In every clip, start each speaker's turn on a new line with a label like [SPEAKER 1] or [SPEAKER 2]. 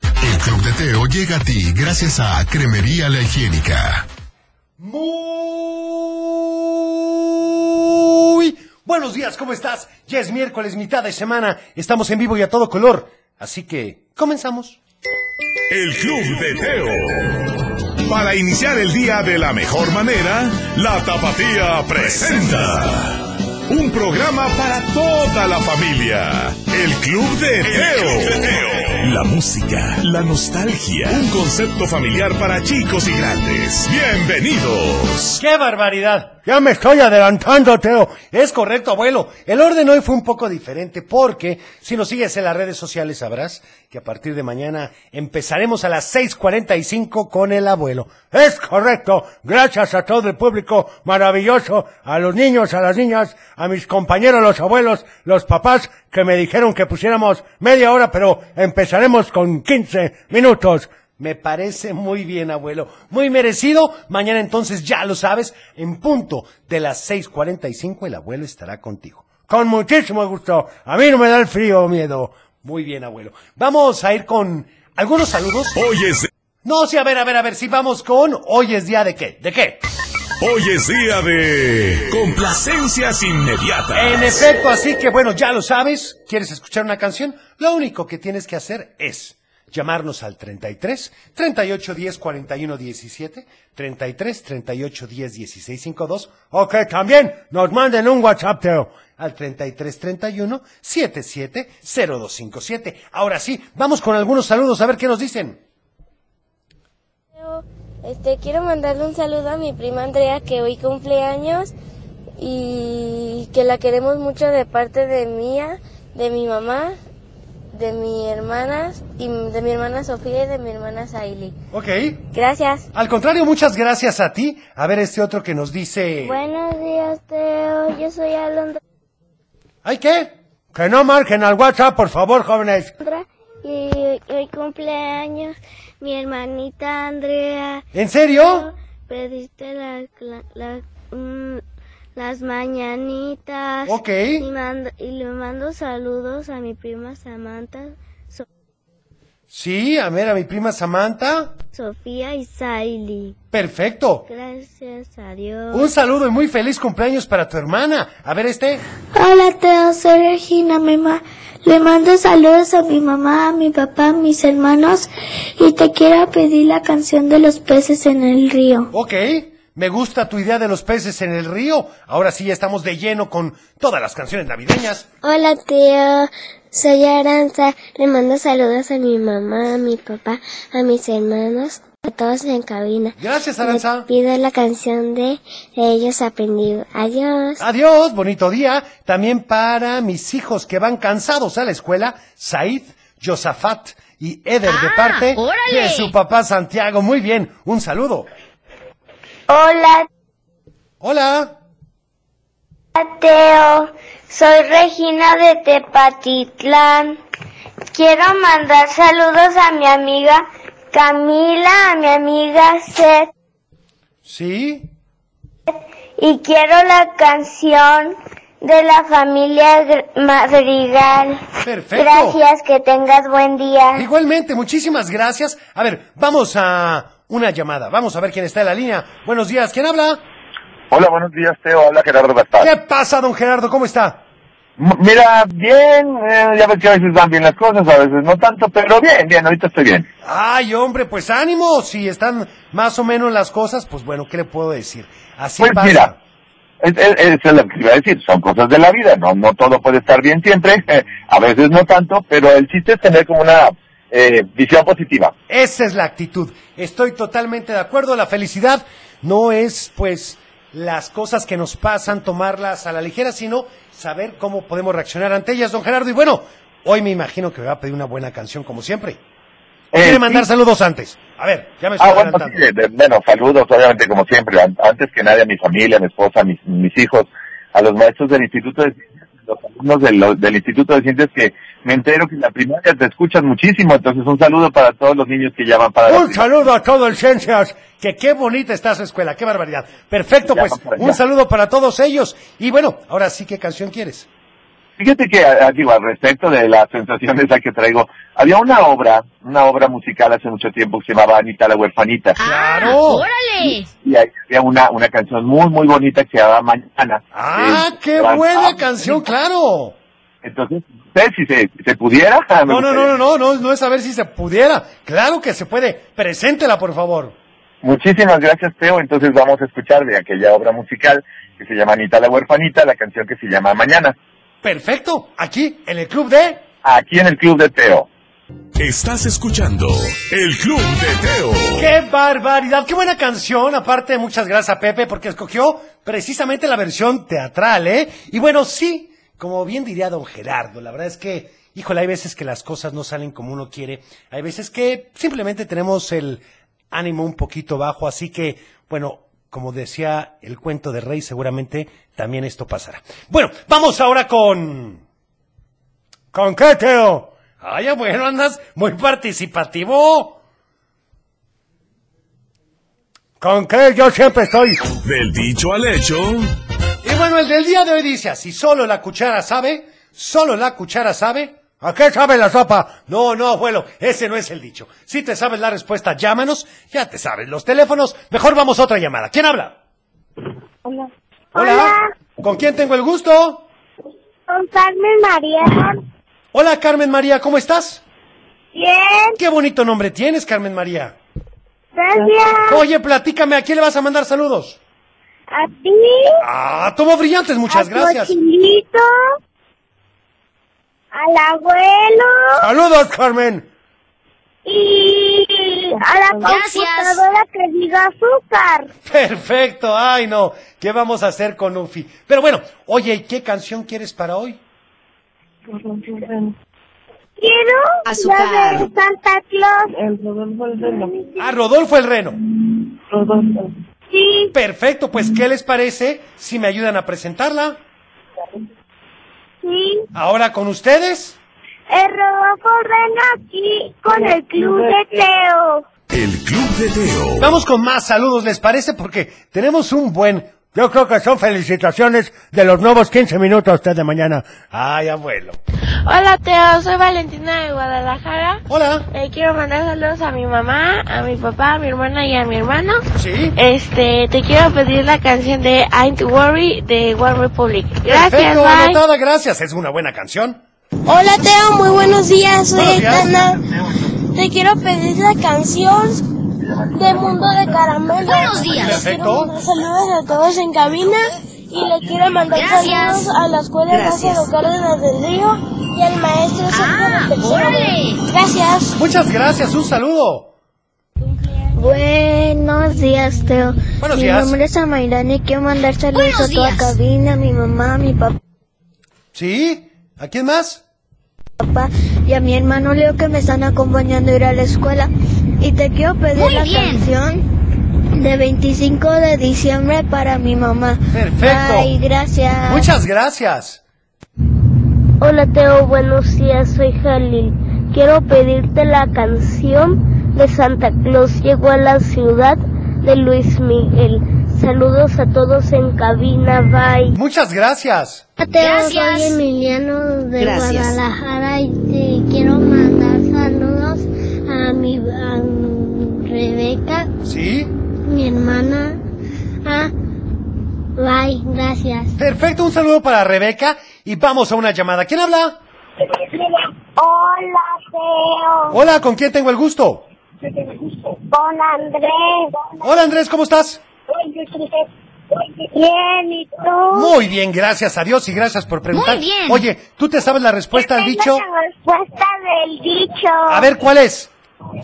[SPEAKER 1] Club de Teo llega a ti gracias a Cremería La Higiénica.
[SPEAKER 2] Muy buenos días, ¿cómo estás? Ya es miércoles, mitad de semana, estamos en vivo y a todo color, así que comenzamos.
[SPEAKER 3] El Club de Teo. Para iniciar el día de la mejor manera, la Tapatía presenta un programa para toda la familia. El Club de Teo. La música, la nostalgia, un concepto familiar para chicos y grandes. Bienvenidos.
[SPEAKER 2] ¡Qué barbaridad! Ya me estoy adelantando, Teo. Es correcto, abuelo. El orden hoy fue un poco diferente porque si nos sigues en las redes sociales sabrás que a partir de mañana empezaremos a las 6.45 con el abuelo. Es correcto. Gracias a todo el público maravilloso, a los niños, a las niñas, a mis compañeros, los abuelos, los papás que me dijeron que pusiéramos media hora, pero empezaremos con 15 minutos. Me parece muy bien, abuelo. Muy merecido. Mañana entonces, ya lo sabes, en punto de las 6.45 el abuelo estará contigo. Con muchísimo gusto. A mí no me da el frío o miedo. Muy bien, abuelo. Vamos a ir con algunos saludos.
[SPEAKER 3] Hoy es,
[SPEAKER 2] No, sí, a ver, a ver, a ver, si vamos con hoy es día de qué, de qué.
[SPEAKER 3] hoy es día de complacencias inmediatas.
[SPEAKER 2] En efecto, así que bueno, ya lo sabes. ¿Quieres escuchar una canción? Lo único que tienes que hacer es llamarnos al 33 38 10 41 17 33 38 10 16 52 o que también nos manden un WhatsApp Teo al 33 31 77 0257. Ahora sí, vamos con algunos saludos a ver qué nos dicen.
[SPEAKER 4] Yo, Este, quiero mandarle un saludo a mi prima Andrea que hoy cumpleaños y que la queremos mucho de parte de mía, de mi mamá, de mi hermana y de mi hermana Sofía y de mi hermana Saily.
[SPEAKER 2] Ok.
[SPEAKER 4] Gracias.
[SPEAKER 2] Al contrario, muchas gracias a ti. A ver este otro que nos dice...
[SPEAKER 4] Buenos días, Teo. Yo soy Alondra
[SPEAKER 2] ¿Ay qué? Que no marquen al WhatsApp, por favor, jóvenes.
[SPEAKER 4] y hoy cumpleaños mi hermanita Andrea.
[SPEAKER 2] ¿En serio?
[SPEAKER 4] Pediste la- la- la- mm, las mañanitas.
[SPEAKER 2] Ok.
[SPEAKER 4] Y, mando- y le mando saludos a mi prima Samantha, So-
[SPEAKER 2] Sí, a ver, a mi prima Samantha.
[SPEAKER 4] Sofía y Saily.
[SPEAKER 2] Perfecto.
[SPEAKER 4] Gracias a Dios.
[SPEAKER 2] Un saludo y muy feliz cumpleaños para tu hermana. A ver este.
[SPEAKER 4] Hola, Teo, soy Regina. Mi ma- le mando saludos a mi mamá, a mi papá, a mis hermanos y te quiero pedir la canción de los peces en el río.
[SPEAKER 2] Ok. Me gusta tu idea de los peces en el río. Ahora sí ya estamos de lleno con todas las canciones navideñas.
[SPEAKER 4] Hola, Teo. Soy Aranza. Le mando saludos a mi mamá, a mi papá, a mis hermanos, a todos en cabina.
[SPEAKER 2] Gracias, Aranza.
[SPEAKER 4] Le pido la canción de Ellos Aprendido. Adiós.
[SPEAKER 2] Adiós, bonito día. También para mis hijos que van cansados a la escuela, Said, Josafat y Eder de parte de su papá Santiago. Muy bien, un saludo.
[SPEAKER 4] Hola,
[SPEAKER 2] Hola.
[SPEAKER 4] Teo, soy Regina de Tepatitlán. Quiero mandar saludos a mi amiga Camila, a mi amiga Seth,
[SPEAKER 2] Sí.
[SPEAKER 4] y quiero la canción de la familia Gr- Madrigal.
[SPEAKER 2] Perfecto.
[SPEAKER 4] Gracias, que tengas buen día.
[SPEAKER 2] Igualmente, muchísimas gracias. A ver, vamos a una llamada. Vamos a ver quién está en la línea. Buenos días, ¿quién habla?
[SPEAKER 5] Hola, buenos días, Teo. Habla Gerardo Gaspar.
[SPEAKER 2] ¿Qué pasa, don Gerardo? ¿Cómo está?
[SPEAKER 5] M- Mira, bien, eh, ya ves que a veces van bien las cosas, a veces no tanto, pero bien, bien, ahorita estoy bien.
[SPEAKER 2] Ay, hombre, pues ánimo. Si están más o menos las cosas, pues bueno, ¿qué le puedo decir? Así
[SPEAKER 5] Pues
[SPEAKER 2] pasa.
[SPEAKER 5] mira, es, es, es lo que iba a decir, son cosas de la vida, no no todo puede estar bien siempre, a veces no tanto, pero el chiste es tener como una eh, visión positiva.
[SPEAKER 2] Esa es la actitud. Estoy totalmente de acuerdo. La felicidad no es, pues, las cosas que nos pasan, tomarlas a la ligera, sino saber cómo podemos reaccionar ante ellas, don Gerardo. Y bueno, hoy me imagino que me va a pedir una buena canción, como siempre.
[SPEAKER 5] Eh,
[SPEAKER 2] Quiere
[SPEAKER 5] sí.
[SPEAKER 2] mandar saludos antes. A ver, ya me estoy
[SPEAKER 5] Ah, bueno,
[SPEAKER 2] adelantando.
[SPEAKER 5] sí, de- de- bueno, saludos, obviamente, como siempre, an- antes que nadie a mi familia, a mi esposa, a mis, mis hijos, a los maestros del Instituto de Ciencias, los alumnos de lo- del Instituto de Ciencias que me entero que en la primaria te escuchan muchísimo, entonces un saludo para todos los niños que llaman para la
[SPEAKER 2] Un
[SPEAKER 5] primaria.
[SPEAKER 2] saludo a todo el Ciencias, que qué bonita está su escuela, qué barbaridad. Perfecto,
[SPEAKER 5] Ya,
[SPEAKER 2] pues
[SPEAKER 5] vamos para
[SPEAKER 2] un
[SPEAKER 5] allá.
[SPEAKER 2] saludo para todos ellos. Y bueno, ahora sí, ¿qué canción quieres?
[SPEAKER 5] Fíjate que, ah, digo, al respecto de la sensación esa que traigo, había una obra, una obra musical hace mucho tiempo que se llamaba Anita la huerfanita.
[SPEAKER 2] ¡Claro!
[SPEAKER 6] Ah, ¡Órale!
[SPEAKER 5] Y ahí había una, una canción muy, muy bonita que se llamaba Mañana.
[SPEAKER 2] ¡Ah,
[SPEAKER 5] Eh,
[SPEAKER 2] qué
[SPEAKER 5] era-
[SPEAKER 2] buena
[SPEAKER 5] ah,
[SPEAKER 2] canción, claro!
[SPEAKER 5] Entonces, usted, si se, si se pudiera. me
[SPEAKER 2] No, no,
[SPEAKER 5] gustaría.
[SPEAKER 2] no, no, no, no, no es saber si se pudiera. Claro que se puede. Preséntela, por favor.
[SPEAKER 5] Muchísimas gracias, Teo. Entonces vamos a escuchar de aquella obra musical que se llama Anita la huerfanita, la canción que se llama Mañana,
[SPEAKER 2] Perfecto. Aquí, en el club de...
[SPEAKER 5] aquí en el Club de Teo.
[SPEAKER 3] Estás escuchando El Club de Teo.
[SPEAKER 2] ¡Qué barbaridad! ¡Qué buena canción! Aparte, muchas gracias a Pepe porque escogió precisamente la versión teatral, ¿eh? Y bueno, sí, como bien diría don Gerardo, la verdad es que, híjole, hay veces que las cosas no salen como uno quiere, hay veces que simplemente tenemos el ánimo un poquito bajo, así que, bueno, como decía el cuento de Rey, seguramente también esto pasará. Bueno, vamos ahora con... ¿Con qué, Teo? Ay, bueno, andas muy participativo. ¿Con qué? Yo siempre estoy.
[SPEAKER 3] Del dicho al hecho,
[SPEAKER 2] Y bueno, el del día de hoy dice así, solo la cuchara sabe, solo la cuchara sabe. ¿A qué sabe la sopa? No, no, abuelo, ese no es el dicho. Si te sabes la respuesta, llámanos, ya te sabes los teléfonos. Mejor vamos a otra llamada. ¿Quién habla?
[SPEAKER 4] Hola.
[SPEAKER 2] ¿Con quién tengo el gusto?
[SPEAKER 4] Con Carmen María.
[SPEAKER 2] Hola, Carmen María, ¿cómo estás?
[SPEAKER 4] Bien,
[SPEAKER 2] Qué bonito nombre tienes, Carmen María.
[SPEAKER 4] gracias.
[SPEAKER 2] Oye, platícame, ¿a quién le vas a mandar saludos?
[SPEAKER 4] A ti.
[SPEAKER 2] Ah, tomo brillantes, muchas
[SPEAKER 4] a
[SPEAKER 2] gracias.
[SPEAKER 4] Cochinito, al abuelo
[SPEAKER 2] Saludos, Carmen.
[SPEAKER 4] y a la
[SPEAKER 6] Gracias.
[SPEAKER 4] computadora que diga azúcar.
[SPEAKER 2] Perfecto, ay no, ¿qué vamos a hacer con Ufi? Pero bueno, oye, ¿y qué canción quieres para hoy?
[SPEAKER 4] Quiero
[SPEAKER 6] Azúcar.
[SPEAKER 4] la de Santa Claus.
[SPEAKER 2] Ah, Rodolfo el Reno.
[SPEAKER 4] Sí,
[SPEAKER 2] Perfecto, pues ¿qué les parece si me ayudan a presentarla?
[SPEAKER 4] sí.
[SPEAKER 2] Ahora con ustedes.
[SPEAKER 4] El Rodolfo Reno aquí con el club de Teo.
[SPEAKER 3] El Club de Teo.
[SPEAKER 2] Vamos con más saludos, ¿les parece? Porque tenemos un buen... Yo creo que son felicitaciones de los nuevos 15 minutos de mañana. Ay, abuelo.
[SPEAKER 4] Hola Teo, soy Valentina de Guadalajara.
[SPEAKER 2] Hola.
[SPEAKER 4] Le quiero mandar saludos a mi mamá, a mi papá, a mi hermana y a mi hermano.
[SPEAKER 2] Sí.
[SPEAKER 4] Este, te quiero pedir la canción de I'm to Worry de One Republic. Gracias,
[SPEAKER 2] Perfecto,
[SPEAKER 4] bye.
[SPEAKER 2] anotada, gracias. Es una buena canción.
[SPEAKER 4] Hola Teo, muy buenos días, soy
[SPEAKER 2] Buenos días.
[SPEAKER 4] Aitana. Te quiero pedir la canción de Mundo de Caramelo.
[SPEAKER 6] Buenos días.
[SPEAKER 4] Quiero
[SPEAKER 2] Perfecto.
[SPEAKER 4] mandar saludos a todos en cabina y le quiero mandar
[SPEAKER 6] Gracias.
[SPEAKER 4] saludos a la escuela Lázaro Cárdenas del Río y al maestro
[SPEAKER 6] Ah,
[SPEAKER 4] Sergio del
[SPEAKER 6] órale.
[SPEAKER 4] Gracias.
[SPEAKER 2] Muchas gracias, un saludo.
[SPEAKER 4] Buenos días, Teo.
[SPEAKER 2] Buenos Mi días. nombre
[SPEAKER 4] es Amairani. Quiero mandar saludos
[SPEAKER 6] Buenos a toda días.
[SPEAKER 4] cabina, mi mamá, mi papá.
[SPEAKER 2] ¿Sí? ¿A quién más?
[SPEAKER 4] papá y a mi hermano Leo que me están acompañando a ir a la escuela. Y te quiero pedir
[SPEAKER 6] Muy
[SPEAKER 4] la
[SPEAKER 6] bien.
[SPEAKER 4] canción de 25 de diciembre para mi mamá.
[SPEAKER 2] Perfecto.
[SPEAKER 4] Ay, gracias.
[SPEAKER 2] Muchas gracias.
[SPEAKER 4] Hola Teo, buenos días, soy Jalil. Quiero pedirte la canción de Santa Claus llegó a la ciudad de Luis Miguel. Saludos a todos en cabina, bye.
[SPEAKER 2] Muchas gracias.
[SPEAKER 4] Teo, soy
[SPEAKER 6] Gracias.
[SPEAKER 4] Emiliano de
[SPEAKER 6] Gracias.
[SPEAKER 4] Guadalajara y te quiero mandar saludos a mi a Rebeca,
[SPEAKER 2] ¿Sí?
[SPEAKER 4] mi hermana. Ah, bye, gracias.
[SPEAKER 2] Perfecto, un saludo para Rebeca y vamos a una llamada. ¿Quién habla?
[SPEAKER 4] Hola, Teo.
[SPEAKER 2] Hola, ¿con quién tengo el gusto?
[SPEAKER 4] Con Andrés.
[SPEAKER 2] Hola Andrés, ¿cómo estás?
[SPEAKER 4] Bien, ¿y tú?
[SPEAKER 2] Muy bien, gracias a Dios y gracias por preguntar.
[SPEAKER 6] Muy bien. Este,
[SPEAKER 2] Oye, ¿tú te sabes la respuesta al dicho?
[SPEAKER 4] respuesta del dicho.
[SPEAKER 2] A ver, ¿cuál es?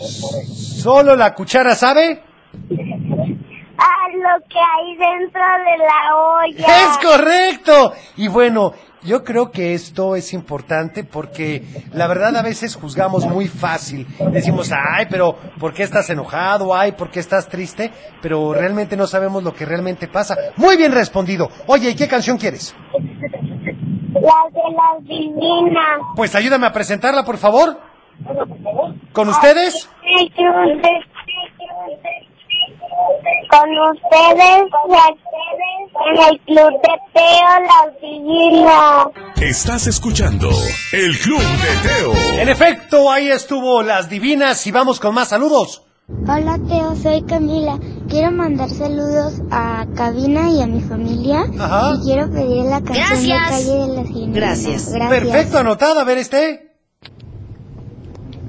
[SPEAKER 2] ¿Solo la cuchara sabe?
[SPEAKER 4] A lo que hay dentro de la olla.
[SPEAKER 2] ¡Es correcto! Y bueno, yo creo que esto es importante porque la verdad a veces juzgamos muy fácil. Decimos, ay, pero ¿por qué estás enojado? Ay, ¿por qué estás triste? Pero realmente no sabemos lo que realmente pasa. Muy bien respondido. Oye, ¿y qué canción quieres?
[SPEAKER 4] Las de las divinas.
[SPEAKER 2] Pues ayúdame a presentarla, por favor. ¿Con ustedes?
[SPEAKER 4] Con ustedes, en el Club de Teo, las divinas.
[SPEAKER 3] Estás escuchando El Club de Teo.
[SPEAKER 2] En efecto, ahí estuvo Las Divinas y vamos con más saludos.
[SPEAKER 4] Hola Teo, soy Camila. Quiero mandar saludos a Cabina y a mi familia.
[SPEAKER 2] Ajá.
[SPEAKER 4] Y quiero pedir la canción
[SPEAKER 6] Gracias.
[SPEAKER 4] de Calle de las Jimena.
[SPEAKER 6] Gracias.
[SPEAKER 2] Perfecto, anotada, a ver este.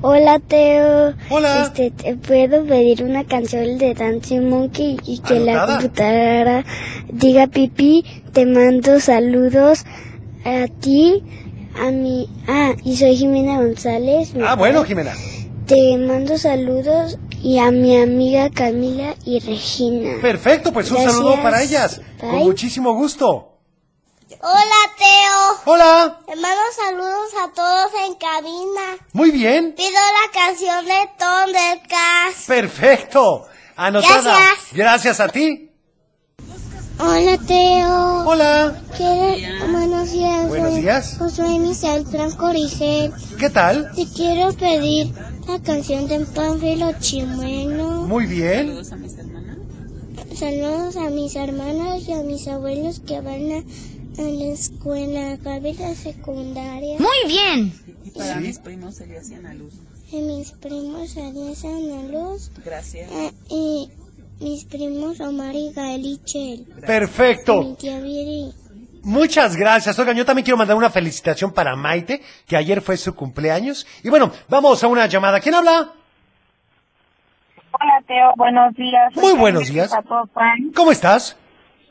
[SPEAKER 4] Hola Teo.
[SPEAKER 2] Hola.
[SPEAKER 4] Este, te puedo pedir una canción de Dancing Monkey y que la
[SPEAKER 2] Anotada.
[SPEAKER 4] computadora diga pipí. Te mando saludos a ti, a mi. Ah, y soy Jimena González. mi
[SPEAKER 2] Ah, bueno, Jimena.
[SPEAKER 4] Te mando saludos y a mi amiga Camila y Regina.
[SPEAKER 2] Perfecto, pues un
[SPEAKER 4] Gracias.
[SPEAKER 2] saludo para ellas. Con
[SPEAKER 4] Bye.
[SPEAKER 2] muchísimo gusto.
[SPEAKER 7] Hola Teo,
[SPEAKER 2] Hola,
[SPEAKER 7] te mando saludos a todos en cabina.
[SPEAKER 2] muy bien.
[SPEAKER 7] Pido la canción de Thundercats.
[SPEAKER 2] Perfecto, anotada.
[SPEAKER 7] Gracias.
[SPEAKER 2] Gracias a ti.
[SPEAKER 7] Hola Teo,
[SPEAKER 2] Hola,
[SPEAKER 7] quiero... buenos días.
[SPEAKER 2] Buenos
[SPEAKER 7] soy
[SPEAKER 2] días.
[SPEAKER 7] Josué Misael Franco Rigel.
[SPEAKER 2] ¿qué tal?
[SPEAKER 7] Te quiero pedir la canción de Pánfilo Chimeno.
[SPEAKER 2] Muy bien.
[SPEAKER 7] Saludos a mis hermanas y a mis abuelos que van a, a la escuela, a la secundaria.
[SPEAKER 6] Muy bien.
[SPEAKER 2] Sí.
[SPEAKER 7] Y mis primos Arias Ana Luz. Gracias. y mis primos Omar y Gael y Chel. Y Mi
[SPEAKER 2] Perfecto.
[SPEAKER 7] tía Viri.
[SPEAKER 2] Muchas gracias. Oigan, yo también quiero mandar una felicitación para Maite, que ayer fue su cumpleaños. Y bueno, vamos a una llamada. ¿Quién habla?
[SPEAKER 8] Hola Teo, buenos días. Soy
[SPEAKER 2] Muy
[SPEAKER 8] Carmen
[SPEAKER 2] buenos
[SPEAKER 8] de
[SPEAKER 2] días.
[SPEAKER 8] Zapopan.
[SPEAKER 2] ¿Cómo estás?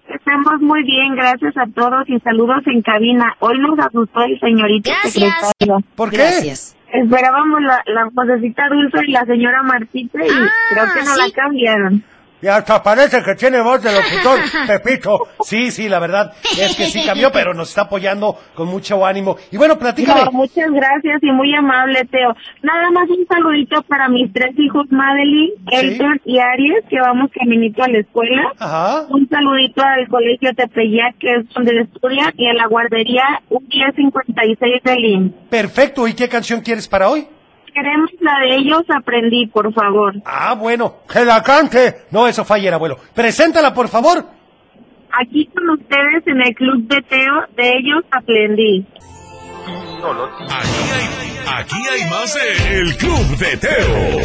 [SPEAKER 8] Estamos muy bien, gracias a todos y saludos en cabina. Hoy nos asustó el señorito
[SPEAKER 6] Gracias.
[SPEAKER 8] secretario.
[SPEAKER 2] ¿Por qué?
[SPEAKER 6] Gracias.
[SPEAKER 8] Esperábamos la, la vocecita dulce y la señora Martita y
[SPEAKER 6] Ah,
[SPEAKER 8] creo que no
[SPEAKER 6] sí.
[SPEAKER 8] la cambiaron.
[SPEAKER 2] Y hasta parece que tiene voz de locutor, Pepito. Sí, sí, la verdad es que sí cambió, pero nos está apoyando con mucho ánimo. Y bueno, platícame.
[SPEAKER 8] No, muchas gracias y muy amable Teo. Nada más un saludito para mis tres hijos Madeline,
[SPEAKER 2] Sí.
[SPEAKER 8] Elton y Aries que vamos caminito a la escuela.
[SPEAKER 2] Ajá.
[SPEAKER 8] Un saludito al colegio Tepeyac, que es donde estudian, y a la guardería U1056 de Lin.
[SPEAKER 2] Perfecto. ¿Y qué canción quieres para hoy?
[SPEAKER 8] Queremos la de ellos, aprendí, por favor.
[SPEAKER 2] Ah, bueno. Que la cante. No, eso falla, el abuelo. Preséntala, por favor.
[SPEAKER 8] Aquí con ustedes en el Club de Teo, de ellos aprendí.
[SPEAKER 3] Aquí hay, aquí hay más de El Club de Teo.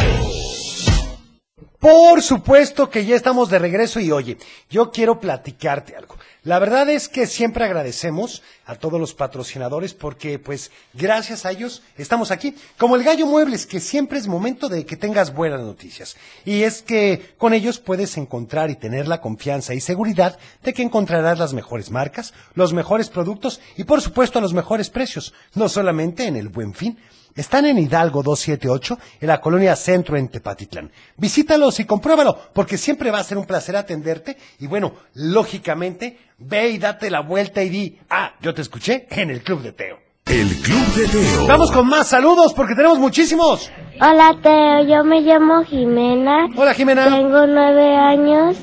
[SPEAKER 2] Por supuesto que ya estamos de regreso y oye, yo quiero platicarte algo. La verdad es que siempre agradecemos a todos los patrocinadores porque pues gracias a ellos estamos aquí. Como el Gallo Muebles, que siempre es momento de que tengas buenas noticias. Y es que con ellos puedes encontrar y tener la confianza y seguridad de que encontrarás las mejores marcas, los mejores productos y por supuesto a los mejores precios, no solamente en el buen fin. Están en Hidalgo 278, en la colonia Centro, en Tepatitlán. Visítalos y compruébalo, porque siempre va a ser un placer atenderte. Y bueno, lógicamente, ve y date la vuelta y di, ah, yo te escuché en el Club de Teo.
[SPEAKER 3] El Club de Teo.
[SPEAKER 2] Vamos con más saludos, porque tenemos muchísimos.
[SPEAKER 4] Hola Teo, yo me llamo Jimena.
[SPEAKER 2] Hola, Jimena.
[SPEAKER 4] Tengo nueve años.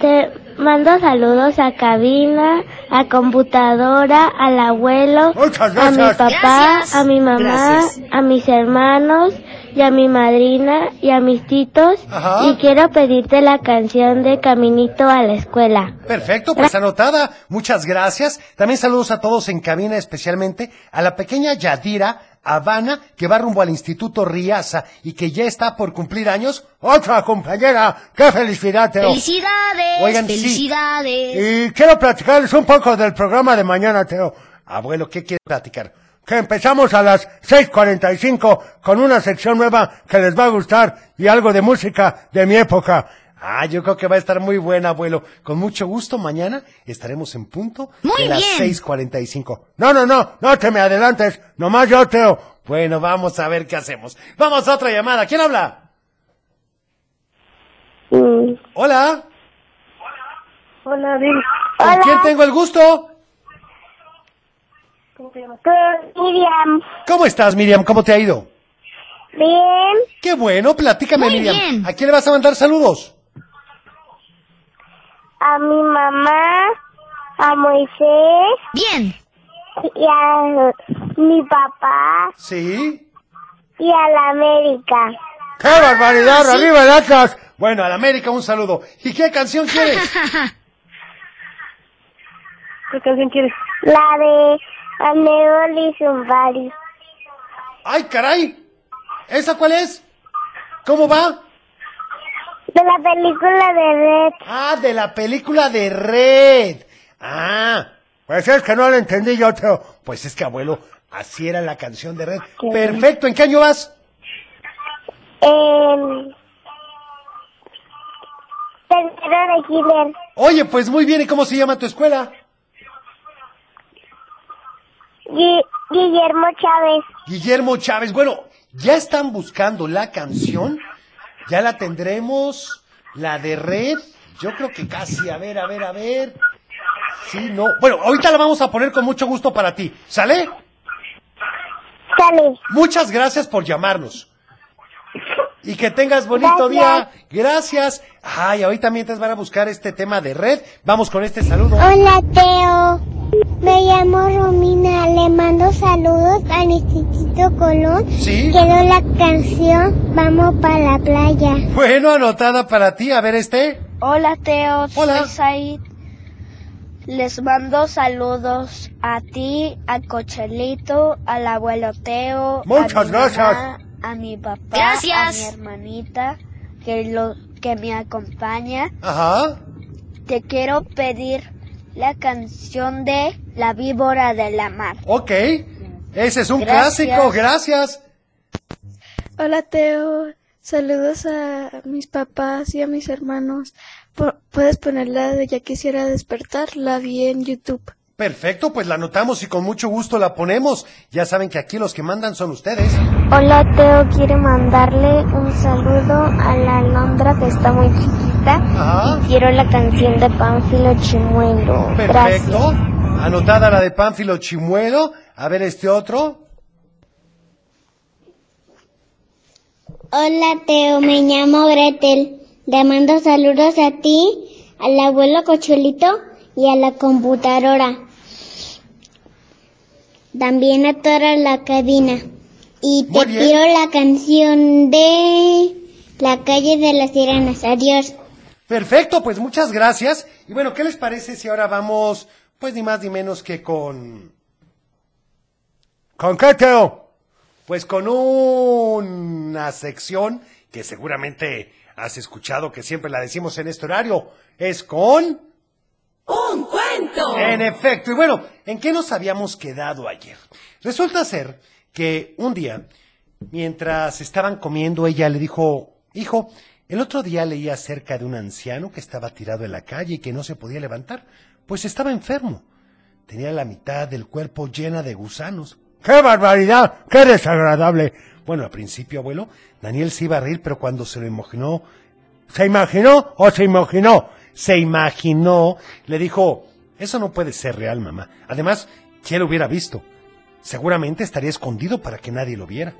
[SPEAKER 4] Te mando saludos a cabina, a computadora, al abuelo,
[SPEAKER 2] Muchas
[SPEAKER 4] a mi
[SPEAKER 2] gracias.
[SPEAKER 4] papá,
[SPEAKER 6] Gracias.
[SPEAKER 4] a mi mamá,
[SPEAKER 6] Gracias.
[SPEAKER 4] a mis hermanos y a mi madrina y a mis titos.
[SPEAKER 2] Ajá.
[SPEAKER 4] Y quiero pedirte la canción de Caminito a la escuela.
[SPEAKER 2] Perfecto, pues anotada. Muchas gracias. También saludos a todos en cabina, especialmente a la pequeña Yadira Habana, que va rumbo al Instituto Riaza y que ya está por cumplir años. ¡Otra compañera! ¡Qué felicidad, Teo!
[SPEAKER 6] Felicidades.
[SPEAKER 2] Oigan, sí.
[SPEAKER 6] felicidades.
[SPEAKER 2] Y quiero platicarles un poco del programa de mañana, Teo. Abuelo, ¿qué quieres platicar? Que empezamos a las 6.45 con una sección nueva que les va a gustar y algo de música de mi época. Ah, yo creo que va a estar muy buena, abuelo. Con mucho gusto, mañana estaremos en punto
[SPEAKER 6] Muy
[SPEAKER 2] de las
[SPEAKER 6] bien.
[SPEAKER 2] 6.45. No, no, no, no te me adelantes. Nomás yo, Teo. Bueno, vamos a ver qué hacemos. Vamos a otra llamada. ¿Quién habla? Hola.
[SPEAKER 8] Hola, Dil.
[SPEAKER 2] ¿Con quién tengo el gusto?
[SPEAKER 7] Miriam,
[SPEAKER 2] ¿Cómo estás, Miriam? ¿Cómo te ha ido?
[SPEAKER 7] bien.
[SPEAKER 2] Qué bueno, platícame,
[SPEAKER 6] Muy
[SPEAKER 2] Miriam.
[SPEAKER 6] bien.
[SPEAKER 2] ¿A quién le vas a mandar saludos?
[SPEAKER 7] A mi mamá, a Moisés
[SPEAKER 6] Bien.
[SPEAKER 7] y a mi papá
[SPEAKER 2] Sí.
[SPEAKER 7] y a la América.
[SPEAKER 2] ¡Qué
[SPEAKER 6] Ah,
[SPEAKER 2] barbaridad! ¡Arriba el Atlas! Bueno, al América un saludo. ¿Y qué canción quieres?
[SPEAKER 8] ¿Qué canción quieres?
[SPEAKER 7] La de
[SPEAKER 6] A Neoli Zumbari.
[SPEAKER 2] ¡Ay, caray! ¿Esa cuál es? ¿Cómo va?
[SPEAKER 6] De la película de Red.
[SPEAKER 2] Ah, de la película de Red. Ah, pues es que no lo entendí yo, pero pues es que abuelo, así era la canción de Red. Perfecto, ¿en qué año vas?
[SPEAKER 6] Eh, tercero de Kinder.
[SPEAKER 2] Oye, pues muy bien, ¿y cómo se llama tu escuela?
[SPEAKER 6] Gui- Guillermo Chávez.
[SPEAKER 2] Guillermo Chávez. Bueno, ya están buscando la canción. Ya la tendremos. La de red. Yo creo que casi. A ver, a ver, a ver. Sí, no. Bueno, ahorita la vamos a poner con mucho gusto para ti. ¿Sale?
[SPEAKER 6] Sale.
[SPEAKER 2] Muchas gracias por llamarnos. Y que tengas bonito día. Gracias. Ay, ahorita mientras van a buscar este tema de red, vamos con este saludo.
[SPEAKER 6] Hola, Teo. Me llamo Romina. Le mando saludos al Instituto Colón.
[SPEAKER 2] Sí.
[SPEAKER 6] Quedó la canción Vamos para la playa.
[SPEAKER 2] Bueno, anotada para ti. A ver este.
[SPEAKER 9] Hola Teo,
[SPEAKER 2] Hola.
[SPEAKER 9] soy Said. Les mando saludos a ti, a Cochelito, al abuelo Teo, a
[SPEAKER 2] Muchas
[SPEAKER 9] mi
[SPEAKER 2] gracias.
[SPEAKER 9] mamá, a mi papá,
[SPEAKER 10] Gracias.
[SPEAKER 9] a mi hermanita que lo que me acompaña.
[SPEAKER 2] Ajá.
[SPEAKER 9] Te quiero pedir la canción de La víbora de la mar.
[SPEAKER 2] Ok. Ese es un
[SPEAKER 9] Gracias.
[SPEAKER 2] clásico. Gracias.
[SPEAKER 11] Hola Teo, saludos a mis papás y a mis hermanos. Po- Puedes ponerla de Ya quisiera despertar, la vi en YouTube.
[SPEAKER 2] Perfecto, pues la anotamos y con mucho gusto la ponemos. Ya saben que aquí los que mandan son ustedes.
[SPEAKER 4] Hola Teo, quiero mandarle un saludo a la alondra
[SPEAKER 6] pues.
[SPEAKER 4] que está muy chiquita.
[SPEAKER 2] Ajá.
[SPEAKER 4] Quiero la canción de Pánfilo Chimuelo. Gracias.
[SPEAKER 2] Perfecto. Anotada la de Pánfilo Chimuelo. A ver este otro.
[SPEAKER 6] Hola, Teo. Me llamo Gretel. Le mando saludos a ti, al abuelo Cocholito y a la computadora. También a toda la cabina. Y
[SPEAKER 2] Muy
[SPEAKER 6] te
[SPEAKER 2] bien.
[SPEAKER 6] pido la canción de La calle de las sirenas. Adiós.
[SPEAKER 2] Perfecto, pues muchas gracias. Y bueno, ¿qué les parece si ahora vamos, pues ni más ni menos que con... ¿Con qué, Teo? Pues con una sección que seguramente has escuchado, que siempre la decimos en este horario. Es con...
[SPEAKER 10] ¡Un cuento!
[SPEAKER 2] En efecto. Y bueno, ¿en qué nos habíamos quedado ayer? Resulta ser que un día, mientras estaban comiendo, ella le dijo, hijo, el otro día leí acerca de un anciano que estaba tirado en la calle y que no se podía levantar, pues estaba enfermo. Tenía la mitad del cuerpo llena de gusanos. ¡Qué barbaridad! ¡Qué desagradable! Bueno, al principio, abuelo, Daniel se iba a reír, pero cuando se lo imaginó, ¿Se imaginó o se imaginó? Se imaginó. Le dijo, eso no puede ser real, mamá. Además, si él hubiera visto, seguramente estaría escondido para que nadie lo viera.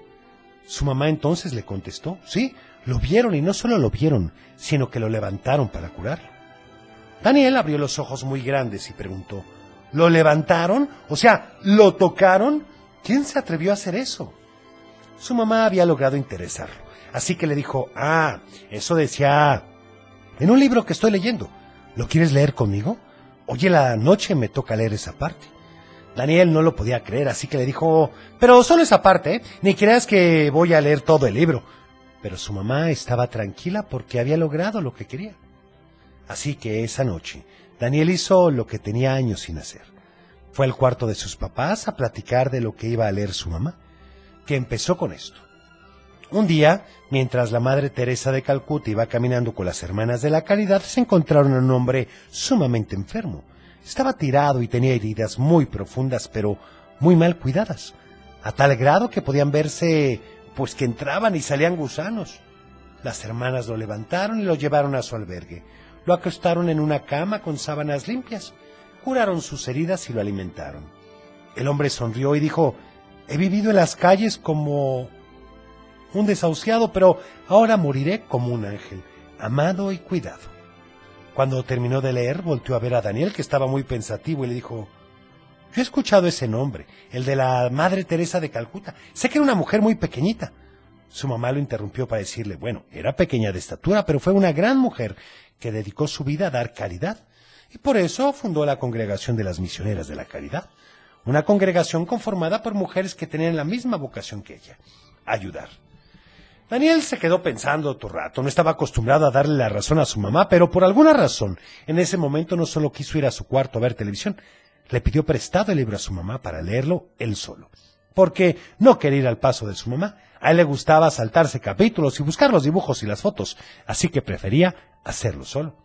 [SPEAKER 2] Su mamá entonces le contestó, sí, lo vieron y no solo lo vieron, sino que lo levantaron para curarlo. Daniel abrió los ojos muy grandes y preguntó, ¿lo levantaron? O sea, ¿lo tocaron? ¿Quién se atrevió a hacer eso? Su mamá había logrado interesarlo, así que le dijo, ah, eso decía en un libro que estoy leyendo. ¿Lo quieres leer conmigo? Oye, la noche me toca leer esa parte. Daniel no lo podía creer, así que le dijo, pero solo esa parte, ¿eh? ni creas que voy a leer todo el libro. Pero su mamá estaba tranquila porque había logrado lo que quería. Así que esa noche, Daniel hizo lo que tenía años sin hacer. Fue al cuarto de sus papás a platicar de lo que iba a leer su mamá, que empezó con esto. Un día, mientras la Madre Teresa de Calcuta iba caminando con las hermanas de la caridad, se encontraron a un hombre sumamente enfermo. Estaba tirado y tenía heridas muy profundas, pero muy mal cuidadas, a tal grado que podían verse, pues que entraban y salían gusanos. Las hermanas lo levantaron y lo llevaron a su albergue. Lo acostaron en una cama con sábanas limpias, curaron sus heridas y lo alimentaron. El hombre sonrió y dijo, he vivido en las calles como un desahuciado, pero ahora moriré como un ángel, amado y cuidado. Cuando terminó de leer, volteó a ver a Daniel, que estaba muy pensativo, y le dijo, yo he escuchado ese nombre, el de la Madre Teresa de Calcuta. Sé que era una mujer muy pequeñita. Su mamá lo interrumpió para decirle, bueno, era pequeña de estatura, pero fue una gran mujer que dedicó su vida a dar caridad. Y por eso fundó la Congregación de las Misioneras de la Caridad, una congregación conformada por mujeres que tenían la misma vocación que ella, ayudar. Daniel se quedó pensando otro rato, no estaba acostumbrado a darle la razón a su mamá, pero por alguna razón, en ese momento no solo quiso ir a su cuarto a ver televisión, le pidió prestado el libro a su mamá para leerlo él solo, porque no quería ir al paso de su mamá, a él le gustaba saltarse capítulos y buscar los dibujos y las fotos, así que prefería hacerlo solo.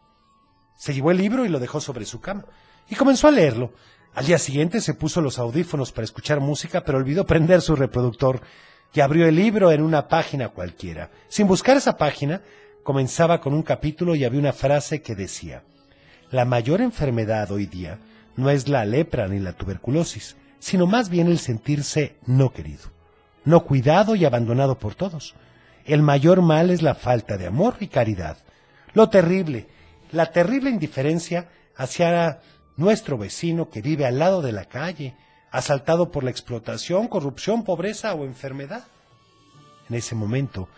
[SPEAKER 2] Se llevó el libro y lo dejó sobre su cama, y comenzó a leerlo. Al día siguiente se puso los audífonos para escuchar música, pero olvidó prender su reproductor y abrió el libro en una página cualquiera. Sin buscar esa página, comenzaba con un capítulo y había una frase que decía, La mayor enfermedad hoy día no es la lepra ni la tuberculosis, sino más bien el sentirse no querido, no cuidado y abandonado por todos. El mayor mal es la falta de amor y caridad. Lo terrible, la terrible indiferencia hacia nuestro vecino que vive al lado de la calle, asaltado por la explotación, corrupción, pobreza o enfermedad. En ese momento,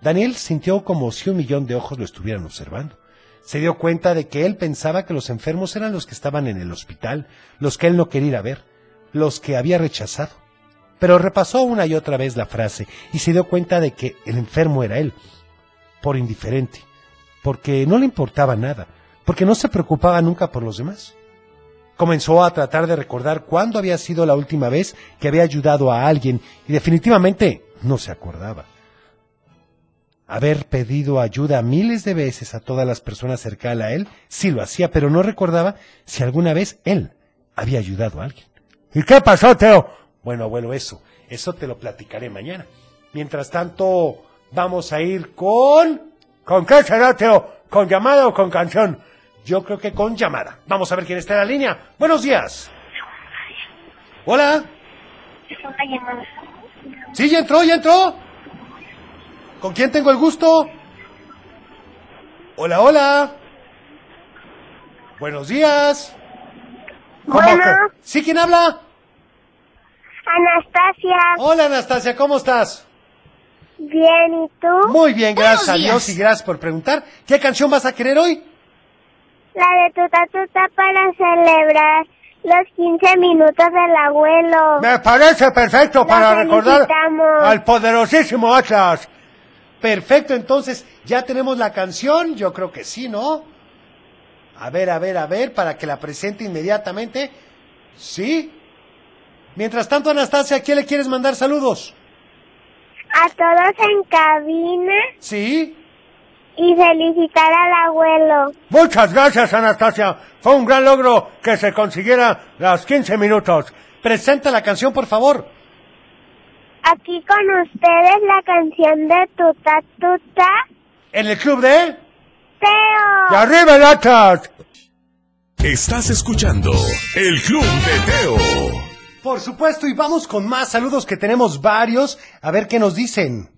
[SPEAKER 2] Daniel sintió como si un millón de ojos lo estuvieran observando. Se dio cuenta de que él pensaba que los enfermos eran los que estaban en el hospital, los que él no quería ir a ver, los que había rechazado. Pero repasó una y otra vez la frase y se dio cuenta de que el enfermo era él, por indiferente, porque no le importaba nada, porque no se preocupaba nunca por los demás comenzó a tratar de recordar cuándo había sido la última vez que había ayudado a alguien y definitivamente no se acordaba. Haber pedido ayuda miles de veces a todas las personas cercanas a él, sí lo hacía, pero no recordaba si alguna vez él había ayudado a alguien. ¿Y qué pasó, Teo? Bueno, abuelo, eso, eso te lo platicaré mañana. Mientras tanto, vamos a ir con... ¿Con qué será, Teo? ¿Con llamada o con canción? Yo creo que con llamada. Vamos a ver quién está en la línea. Buenos días. Hola. Sí, ya entró, ya entró. ¿Con quién tengo el gusto? Hola, hola. Buenos días.
[SPEAKER 12] Bueno.
[SPEAKER 2] ¿Sí quién habla?
[SPEAKER 12] Anastasia.
[SPEAKER 2] Hola Anastasia, ¿cómo estás?
[SPEAKER 12] Bien, ¿y tú?
[SPEAKER 2] Muy bien,
[SPEAKER 12] Buenos
[SPEAKER 2] gracias a Dios
[SPEAKER 12] días.
[SPEAKER 2] y gracias por preguntar. ¿Qué canción vas a querer hoy?
[SPEAKER 12] La de tuta tuta para celebrar los 15 minutos del abuelo.
[SPEAKER 2] Me parece perfecto para recordar
[SPEAKER 12] Oh. felicitamos.
[SPEAKER 2] al poderosísimo Atlas. Perfecto, entonces, ¿ya tenemos la canción? Yo creo que sí, ¿no? A ver, a ver, a ver, para que la presente inmediatamente. ¿Sí? Mientras tanto, Anastasia, ¿a quién le quieres mandar saludos?
[SPEAKER 12] A todos en cabina
[SPEAKER 2] ¿Sí?
[SPEAKER 12] y felicitar al abuelo.
[SPEAKER 2] Muchas gracias, Anastasia. Fue un gran logro que se consiguiera las 15 minutos. Presenta la canción, por favor.
[SPEAKER 12] Aquí con ustedes la canción de tuta tuta.
[SPEAKER 2] En el club de...
[SPEAKER 12] Teo.
[SPEAKER 2] ¡Y arriba el Atlas!
[SPEAKER 3] Estás escuchando El Club de Teo.
[SPEAKER 2] Por supuesto, y vamos con más saludos que tenemos varios. A ver qué nos dicen.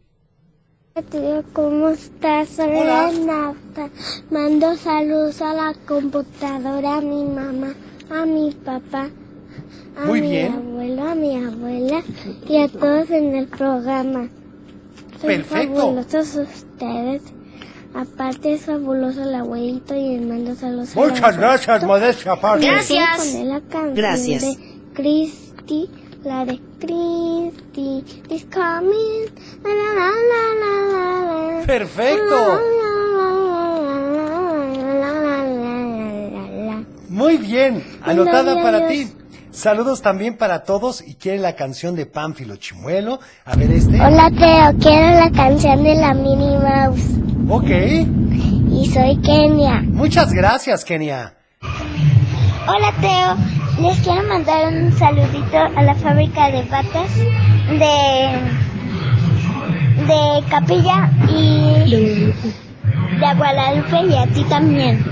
[SPEAKER 13] Tío, ¿cómo estás? Soy
[SPEAKER 2] Hola.
[SPEAKER 13] Renata. Mando saludos a la computadora, a mi mamá, a mi papá, a
[SPEAKER 2] Muy
[SPEAKER 13] mi
[SPEAKER 2] bien.
[SPEAKER 13] abuelo, a mi abuela y a todos en el programa. Son
[SPEAKER 2] Perfecto.
[SPEAKER 13] fabulosos ustedes. Aparte es fabuloso el abuelito y les mando saludos a la
[SPEAKER 2] Muchas gracias, Modestia Aparte.
[SPEAKER 13] Voy a poner la canción
[SPEAKER 2] Gracias.
[SPEAKER 13] de Christy, la de Christy is coming. La, la, la, la, la, la, la.
[SPEAKER 2] Perfecto. Muy bien, anotada
[SPEAKER 13] Hola,
[SPEAKER 2] para
[SPEAKER 13] adiós.
[SPEAKER 2] ti. Saludos también para todos y quiere la canción de Pánfilo Chimuelo. A ver este.
[SPEAKER 13] Hola Teo, quiero la canción de la Minnie Mouse
[SPEAKER 2] Ok.
[SPEAKER 13] y soy Kenia.
[SPEAKER 2] Muchas gracias, Kenia.
[SPEAKER 13] Hola Teo, les quiero mandar un saludito a la fábrica de patas de de Capilla y de Guadalupe y a ti también.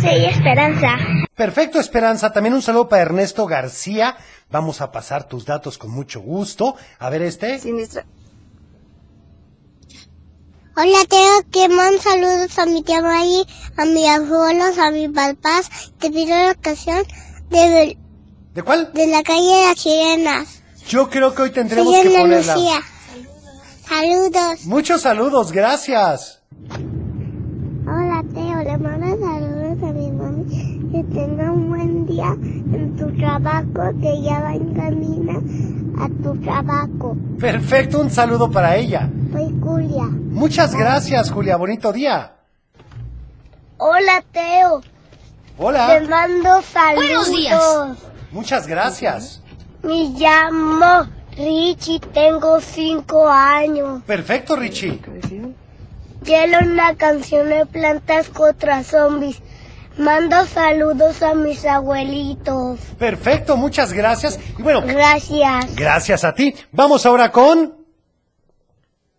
[SPEAKER 13] Soy Esperanza.
[SPEAKER 2] Perfecto, Esperanza. También un saludo para Ernesto García. Vamos a pasar tus datos con mucho gusto. A ver este.
[SPEAKER 6] Hola Teo, que mando saludos a mi tía Maggie, a mis abuelos, a mis papás. Te pido la ocasión de,
[SPEAKER 2] ¿De cuál?
[SPEAKER 6] de la calle de las sirenas.
[SPEAKER 2] Yo creo que hoy tendremos
[SPEAKER 6] Soy
[SPEAKER 2] que
[SPEAKER 6] Ana
[SPEAKER 2] ponerla.
[SPEAKER 6] Lucía. Saludos.
[SPEAKER 2] Muchos saludos, gracias.
[SPEAKER 6] Hola Teo, le mando saludos a mi mami. Que tenga un buen día en tu trabajo que ya va en camino a tu trabajo.
[SPEAKER 2] Perfecto, un saludo para ella.
[SPEAKER 6] Soy Julia.
[SPEAKER 2] Muchas gracias, Julia. Bonito día.
[SPEAKER 6] Hola, Teo.
[SPEAKER 2] Hola.
[SPEAKER 6] Te mando saludos.
[SPEAKER 10] Ah. Buenos días.
[SPEAKER 2] Muchas gracias.
[SPEAKER 6] Me llamo Richie, tengo cinco años.
[SPEAKER 2] Perfecto, Richie.
[SPEAKER 6] Quiero una canción de plantas contra zombies. Mando saludos a mis abuelitos.
[SPEAKER 2] Perfecto, muchas gracias. Y bueno,
[SPEAKER 6] Gracias.
[SPEAKER 2] gracias a ti. Vamos ahora con...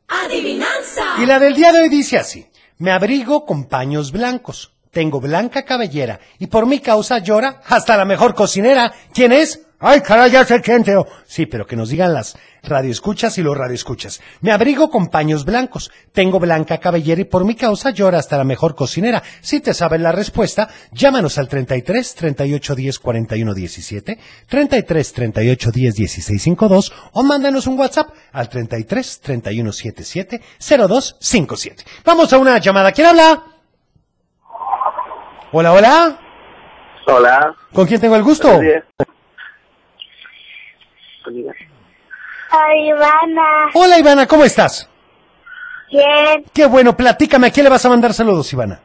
[SPEAKER 10] Adivinanza.
[SPEAKER 2] Y la del día de hoy dice así. Me abrigo con paños blancos. Tengo blanca cabellera. Y por mi causa llora hasta la mejor cocinera. ¿Quién es? Ay, caray, ya sé quién, Teo. Sí, pero que nos digan las radioescuchas y los radioescuchas. Me abrigo con paños blancos. Tengo blanca cabellera y por mi causa llora hasta la mejor cocinera. Si te sabes la respuesta, llámanos al 33 38 10 41 17, 33 38 10 16 52 o mándanos un WhatsApp al 33 31 77 02 57. Vamos a una llamada. ¿Quién habla? Hola, hola.
[SPEAKER 14] Hola.
[SPEAKER 2] ¿Con quién tengo el gusto?
[SPEAKER 14] Buenos días. Amiga.
[SPEAKER 12] Ay, Ivana,
[SPEAKER 2] Hola Ivana, ¿cómo estás?
[SPEAKER 12] bien,
[SPEAKER 2] Qué bueno, platícame, ¿a quién le vas a mandar saludos, Ivana?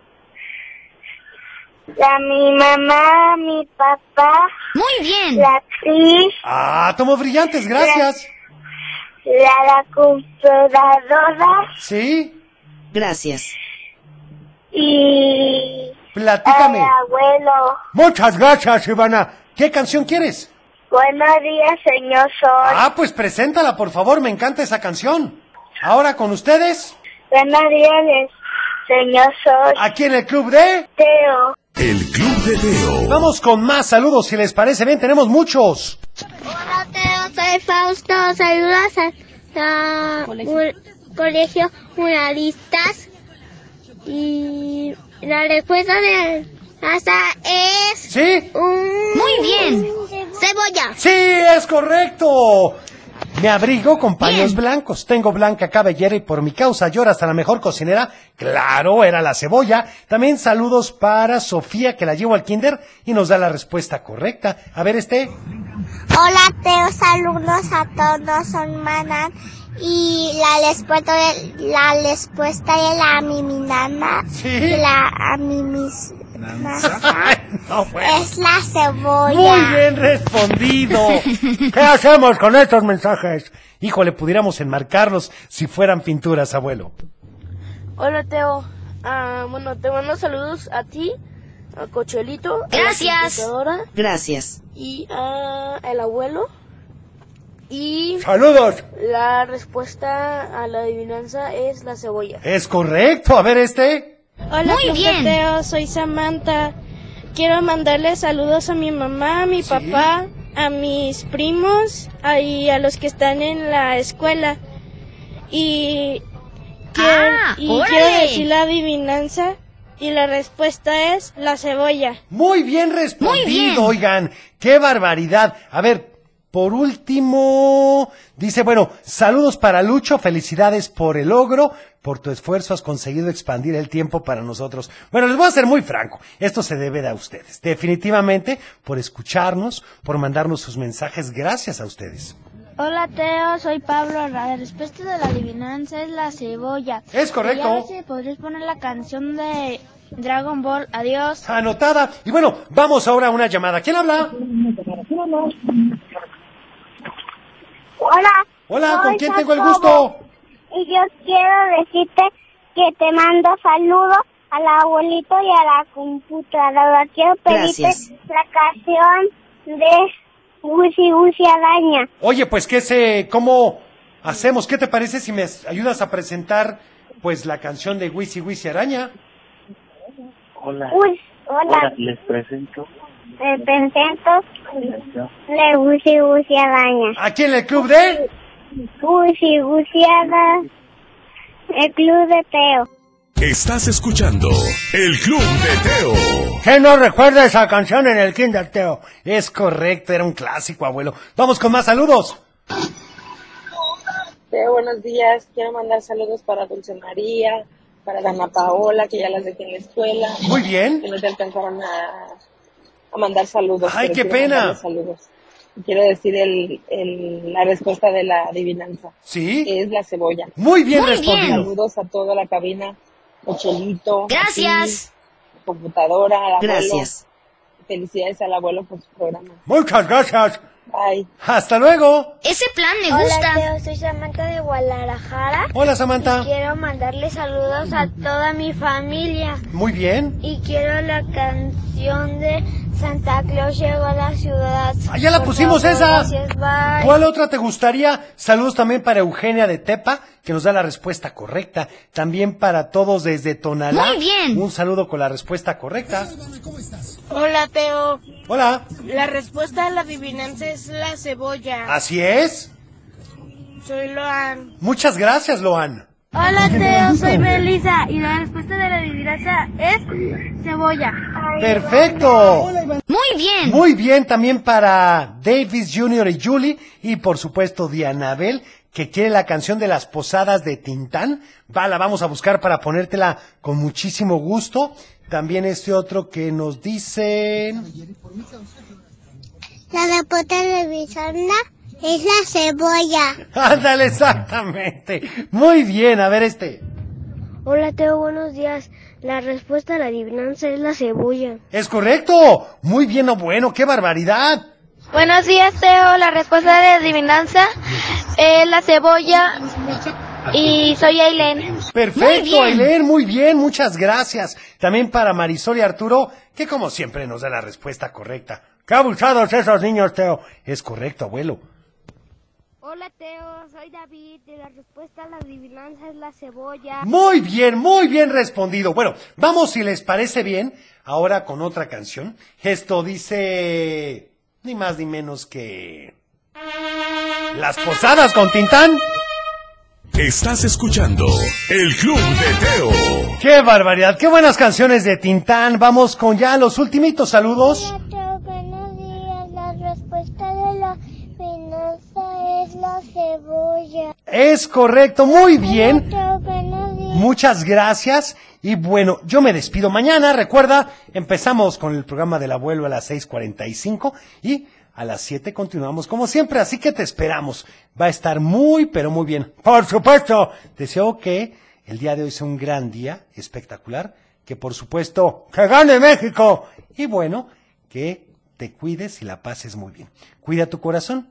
[SPEAKER 12] a mi mamá, a mi papá,
[SPEAKER 10] Muy bien.
[SPEAKER 12] la actriz,
[SPEAKER 2] Ah, tomo brillantes, gracias.
[SPEAKER 12] la, la computadora
[SPEAKER 2] ¿Sí?
[SPEAKER 10] Gracias.
[SPEAKER 12] y al
[SPEAKER 2] Platícame.
[SPEAKER 12] abuelo.
[SPEAKER 2] Muchas gracias, Ivana. ¿Qué canción quieres?
[SPEAKER 12] Buenos días, señor Sol.
[SPEAKER 2] Ah, pues preséntala, por favor, me encanta esa canción. Ahora con ustedes,
[SPEAKER 12] Buenos días, señor Sol.
[SPEAKER 2] aquí en el Club de...
[SPEAKER 12] Teo.
[SPEAKER 3] El Club de Teo.
[SPEAKER 2] Vamos con más saludos, si les parece bien, tenemos muchos.
[SPEAKER 6] Hola, Teo, soy Fausto. Saludos a, a un- colegio muralistas. Y la respuesta de casa es
[SPEAKER 2] ¿Sí?
[SPEAKER 6] un...
[SPEAKER 10] Muy bien.
[SPEAKER 6] Cebolla.
[SPEAKER 2] Sí, es correcto. Me abrigo con paños blancos, tengo blanca cabellera y por mi causa llora hasta la mejor cocinera. Claro, era la cebolla. También saludos para Sofía, que la llevo al kinder y nos da la respuesta correcta. A ver, este.
[SPEAKER 6] Hola, Teo, saludos a todos, son Manan. Y la respuesta de la respuesta de la miminana,
[SPEAKER 2] Sí.
[SPEAKER 6] la amimis,
[SPEAKER 2] Ay, no, bueno.
[SPEAKER 6] es la cebolla.
[SPEAKER 2] Muy bien respondido. ¿Qué hacemos con estos mensajes? Híjole, pudiéramos enmarcarlos si fueran pinturas, abuelo.
[SPEAKER 15] Hola Teo, Ah, bueno te mando saludos a ti, a Cochelito, a la
[SPEAKER 10] Gracias.
[SPEAKER 15] computadora
[SPEAKER 10] Gracias.
[SPEAKER 15] y a el abuelo. Y
[SPEAKER 2] Saludos.
[SPEAKER 15] la respuesta a la adivinanza es la cebolla.
[SPEAKER 2] Es correcto. A ver, este.
[SPEAKER 15] Hola,
[SPEAKER 10] Muy
[SPEAKER 15] Club de
[SPEAKER 10] bien.
[SPEAKER 15] Teo, soy Samantha. Quiero mandarle saludos a mi mamá, a mi papá, a mis primos a- y a los que están en la escuela. Y, quiero,
[SPEAKER 10] Ah,
[SPEAKER 15] y
[SPEAKER 10] órale.
[SPEAKER 15] quiero decir la adivinanza y la respuesta es la cebolla.
[SPEAKER 2] Muy bien respondido,
[SPEAKER 10] Muy bien.
[SPEAKER 2] oigan. Qué barbaridad. A ver, por último, dice, bueno, saludos para Lucho, felicidades por el logro, por tu esfuerzo has conseguido expandir el tiempo para nosotros. Bueno, les voy a ser muy franco, esto se debe de a ustedes, definitivamente, por escucharnos, por mandarnos sus mensajes, gracias a ustedes.
[SPEAKER 9] Hola Teo, soy Pablo. La respuesta de la adivinanza es la cebolla.
[SPEAKER 2] Es correcto.
[SPEAKER 9] Y a ver si podrías poner la canción de Dragon Ball. Adiós.
[SPEAKER 2] Anotada. Y bueno, vamos ahora a una llamada. ¿Quién habla?
[SPEAKER 12] Hola.
[SPEAKER 2] Hola, ¿con
[SPEAKER 12] soy
[SPEAKER 2] quién tengo el
[SPEAKER 12] Jacobo.
[SPEAKER 2] gusto?
[SPEAKER 12] Y yo quiero decirte que te mando saludos al abuelito y a la computadora. Quiero pedirte
[SPEAKER 10] Gracias.
[SPEAKER 12] la canción de Gusi Gusi Araña.
[SPEAKER 2] Oye, pues qué se, cómo hacemos, ¿qué te parece si me as- ayudas a presentar pues la canción de Wisi Wisi Araña?
[SPEAKER 14] Hola.
[SPEAKER 12] Uy,
[SPEAKER 14] Hola,
[SPEAKER 12] hola,
[SPEAKER 14] les presento.
[SPEAKER 12] me presento de Gusi Gusi Araña.
[SPEAKER 2] Aquí en el club de
[SPEAKER 12] Gusi Gusi Araña, el club de Teo.
[SPEAKER 3] Estás escuchando El Club de Teo.
[SPEAKER 2] ¿Qué no recuerda esa canción en el Kinder Teo? Es correcto, era un clásico, abuelo. Vamos con más saludos.
[SPEAKER 16] Teo, buenos días. Quiero mandar saludos para Dulce María, para Dana Paola, que ya las dejé en la escuela,
[SPEAKER 2] Muy
[SPEAKER 16] que
[SPEAKER 2] bien.
[SPEAKER 16] no te alcanzaron a, a mandar saludos.
[SPEAKER 2] ¡Ay,
[SPEAKER 16] pero
[SPEAKER 2] qué
[SPEAKER 16] quiero
[SPEAKER 2] pena!
[SPEAKER 16] mandarle Saludos. Quiero decir el, el- la respuesta de la adivinanza.
[SPEAKER 2] ¿Sí?
[SPEAKER 16] Es la cebolla.
[SPEAKER 2] Muy bien Muy respondido. bien.
[SPEAKER 16] Saludos a toda la cabina, a Chelito. a
[SPEAKER 10] Gracias.
[SPEAKER 16] ti, computadora, al abuelo.
[SPEAKER 2] Gracias.
[SPEAKER 16] Felicidades al abuelo por su programa.
[SPEAKER 2] Muchas gracias.
[SPEAKER 16] Bye.
[SPEAKER 2] Hasta luego.
[SPEAKER 10] Ese plan me
[SPEAKER 4] Hola,
[SPEAKER 10] gusta.
[SPEAKER 4] Teo, soy Samantha de Guadalajara.
[SPEAKER 2] Hola, Samantha.
[SPEAKER 4] Y quiero mandarle saludos a toda mi familia.
[SPEAKER 2] Muy bien.
[SPEAKER 4] Y quiero la canción de Santa Claus llegó a la ciudad.
[SPEAKER 2] Ah, ya la
[SPEAKER 4] Por
[SPEAKER 2] pusimos
[SPEAKER 4] favor,
[SPEAKER 2] esa.
[SPEAKER 4] gracias, bye.
[SPEAKER 2] ¿Cuál otra te gustaría? Saludos también para Eugenia de Tepa, que nos da la respuesta correcta. También para todos desde Tonalá.
[SPEAKER 4] Muy bien.
[SPEAKER 2] Un saludo con la respuesta correcta.
[SPEAKER 17] Hola, Teo.
[SPEAKER 2] Hola.
[SPEAKER 17] La respuesta a la adivinanza es la cebolla.
[SPEAKER 2] Así es.
[SPEAKER 17] Soy Loan.
[SPEAKER 2] Muchas gracias, Loan.
[SPEAKER 17] Hola, Teo. Soy
[SPEAKER 4] Melissa y la respuesta de la adivinanza es cebolla.
[SPEAKER 2] Perfecto.
[SPEAKER 10] Muy bien.
[SPEAKER 2] Muy bien también para Davis Jr. y Julie y por supuesto Dianabel que quiere la canción de las posadas de Tintán. Va, la vamos a buscar para ponértela con muchísimo gusto. También este otro que nos dicen...
[SPEAKER 6] La lapota de bisonda es la cebolla.
[SPEAKER 2] Ándale, exactamente. Muy bien, a ver este.
[SPEAKER 4] Hola Teo, buenos días. La respuesta a la adivinanza es la cebolla.
[SPEAKER 2] Es correcto. Muy bien, o bueno, qué barbaridad.
[SPEAKER 17] Buenos días, Teo. La respuesta de la adivinanza es la cebolla. Y soy Ailen.
[SPEAKER 2] Perfecto, Aileen, muy bien, muchas gracias. También para Marisol y Arturo, que como siempre nos da la respuesta correcta. ¡Qué abusados esos niños, Teo! Es correcto, abuelo.
[SPEAKER 4] Hola Teo, soy David y la respuesta a la adivinanza es la cebolla.
[SPEAKER 2] Muy bien, muy bien respondido. Bueno, vamos si les parece bien, ahora con otra canción. Esto dice... ni más ni menos que... Las posadas con Tintán.
[SPEAKER 3] Estás escuchando el Club de Teo.
[SPEAKER 2] ¡Qué barbaridad! ¡Qué buenas canciones de Tintán! Vamos con ya los ultimitos saludos.
[SPEAKER 12] Teo, buenos días. La respuesta de la finanza es la cebolla.
[SPEAKER 2] Es correcto, muy bien.
[SPEAKER 12] Teo, buenos días.
[SPEAKER 2] Muchas gracias y bueno, yo me despido mañana. Recuerda, empezamos con el programa del abuelo a las 6.45 y a las 7 continuamos como siempre, así que te esperamos. Va a estar muy, pero muy bien. Por supuesto, deseo que el día de hoy sea un gran día, espectacular, que por supuesto, que gane México. Y bueno, que te cuides y la pases muy bien. Cuida tu corazón,